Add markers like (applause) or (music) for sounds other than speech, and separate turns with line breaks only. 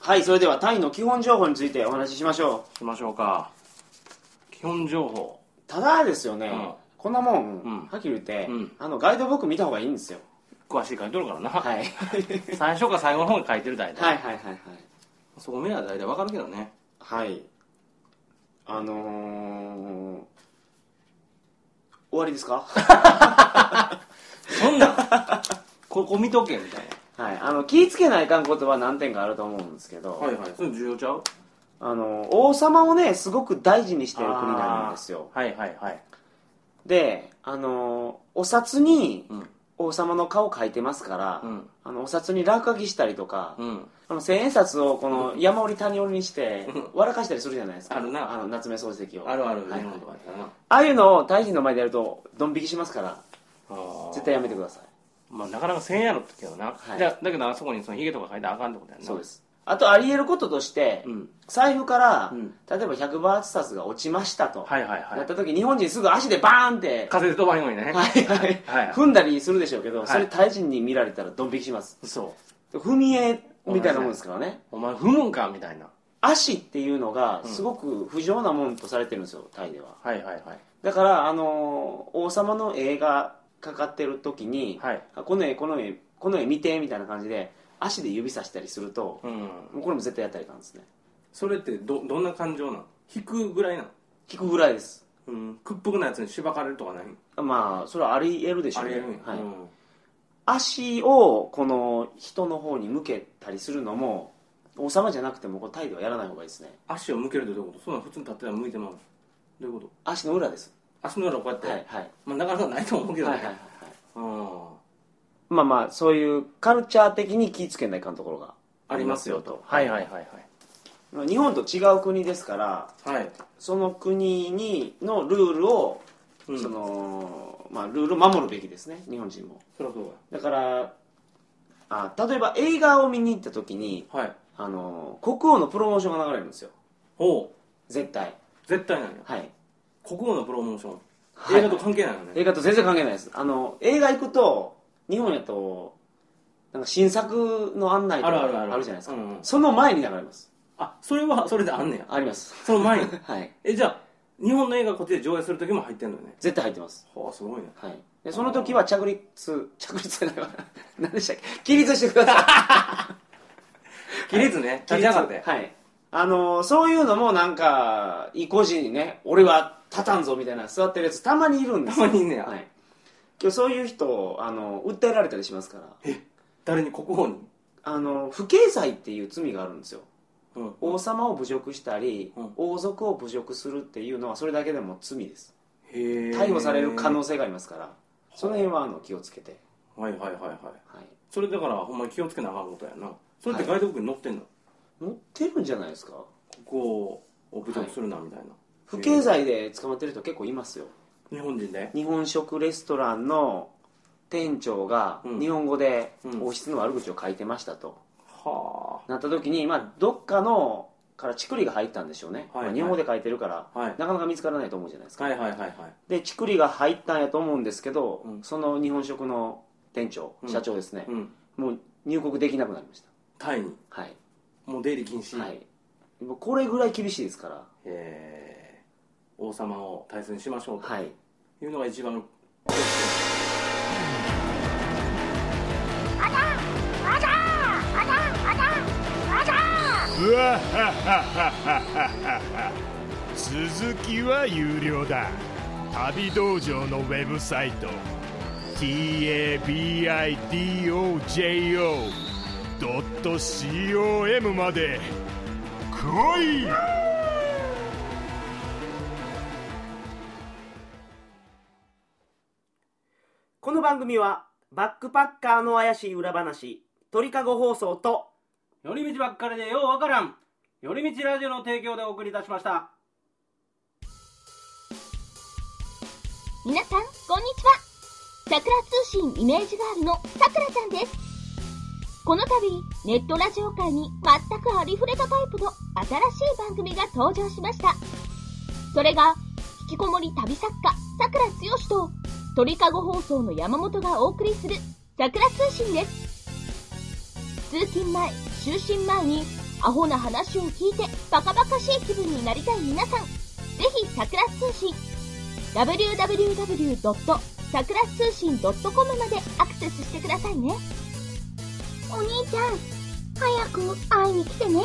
はいそれではタイの基本情報についてお話ししましょ
行きましょうか基本情報
うただですよね、
うん
こんなもん、
うん
はっきり言って、
うん
あのガイドブック見た方がいいんですよ、
詳しい書いてるからな、
はい、はい
最初か最後の方に書いてる大体、
はいはいはい
そこ見れば大体わかるけどね
はいあのー、終わりですか
そんなん (laughs) ここ見とけみたい
はいあの気ぃつけないかんことは何点かあると思うんですけど、
なはいそれ重要ちゃう
あの王様をねすごく大事にしてる国なんですよ
あーはいはいはい
であのお札に
うん
王様の顔描いてますから、
うん
あのお札に落書きしたりとか、
うん
あの千円札をこの山折り谷折りにして笑かしたりするじゃないですか
あるな
あの夏目漱石を
あるある
はい
日本とかやったらな
ああいうのを大臣の前でやるとドン引きしますから
あー
絶対やめてください
まあなかなか1000円やろってけどな、
はい
じゃだけどあそこにそのヒゲとか書いてあかんってことやんな
そうですあとあり得ることとして、
うん
財布から、
うん
例えば100バーツ札が落ちましたと、
はいはいはい
なった時日本人すぐ足でバーンって
風で飛ばへんように
はい
ね、
はい、
はい
踏んだりするでしょうけど、
い
それ大臣に見られたらドン引きします
そう
踏み絵みたいなもんですからね
お前踏むんかみたいな
足っていうのがすごく不浄なもんとされてるんですよタイでは
はいはいはい
だからあのー王様の絵がかかってる時に、
はい
あこの絵この絵この絵見てみたいな感じで足で指さしたりすると、
うん
もうこれも絶対やったりなんですね
それってどどんな感情なの引くぐらいなの
聞くぐらいです
うん屈服なやつにしばかれるとかない
まあそれはあり得るでしょ
あ
うね
れやるんや、
はい
うん
足をこの人の方に向けたりするのも王様じゃなくてもこうタイではやらない方がいいですね
足を向けるってどういうことそんなん普通に立ってたら向いてまうのどういうこ
足の裏です
と足の裏をこうやって、
はいはい
まあ、なかなかないと思うけど
は
ね、
いはいはいはい
うん
まあまあそういうカルチャー的に気ぃつけないかんところが
ありますよと
はい
はいはい
日本と違う国ですから
はいはい
その国にのルールを、
うん
そのまあ、ルールを守るべきですね日本人も
そりゃそう
だからあ例えば映画を見に行った時に
だはい
あの国王のプロモーションが流れるんですよ
おう
絶対
絶対なんや
はい
国王のプロモーション、
はい
映画と関係ないよね
映画と全然関係ないですあの映画行くと日本やとなんか新作の案内と
あるあるあ
か
る
あるじゃないですか
うんうん
その前に流れます
あそれはそれであんねや
あります
その前に
(laughs) はい
えじゃあ日本の映画こっちで上映する時も入ってんのよね
絶対入ってます
はあすごいね
はいでその時は着陸着陸じゃないわ何でしたっけ起立してください
切れずね立ち上がって
はいあのーそういうのもなんか意固地にね俺は立たんぞみたいな座ってるやつたまにいるんです
たまにいんねや
はい、今日そういう人をあの訴えられたりしますから
誰に国王に
あの不敬罪っていう罪があるんですよ
うん
王様を侮辱したり、
うん
王族を侮辱するっていうのはそれだけでも罪です
へえ
逮捕される可能性がありますから、その辺はあの気をつけて、
はいはいはいはい
はい、
それだからほんまに気をつけなあかんことやなそれって
は
ガイドブックに載ってんの、
持ってるんじゃないですか
国王を侮辱するなみたいな、
不敬罪で捕まってる人結構いますよ
日本人で
日本食レストランの店長が
うん
日本語で
うん
王室の悪口を書いてましたと、
は
なった時に、まあ、どっかのからチクリが入ったんでしょうね、
はい
まあ日本語で書いてるから、
あはい
なかなか見つからないと思うじゃないですか
はいはいはいはい
でチクリが入ったんやと思うんですけど、
うん
その日本食の店長
うん
社長ですね
う、ん
もう入国できなくなりました
タイに
はい、
もう出入り禁止、
はい、もうこれぐらい厳しいですから
えー王様を大切にしましょう
はい
というのが一番
うわははははは続きは有料だ旅道場のウェブサイト tabidoujo.com まで来い
この番組はバックパッカーの怪しい裏話鳥かご放送と
寄り道ばっかりでようわからん寄り道ラジオの提供でお送りいたしました
皆さん、こんにちは。桜通信イメージガールのさくらちゃんです。この度、ネットラジオ界に全くありふれたタイプの新しい番組が登場しました。それが、引きこもり旅作家、さくらつよしと、鳥かご放送の山本がお送りする、さくら通信です。通勤前、就寝前に、アホな話を聞いてバカバカしい気分になりたい皆さん、ぜひ桜通信 www. 桜通信 .com までアクセスしてくださいね。お兄ちゃん、早く会いに来てね。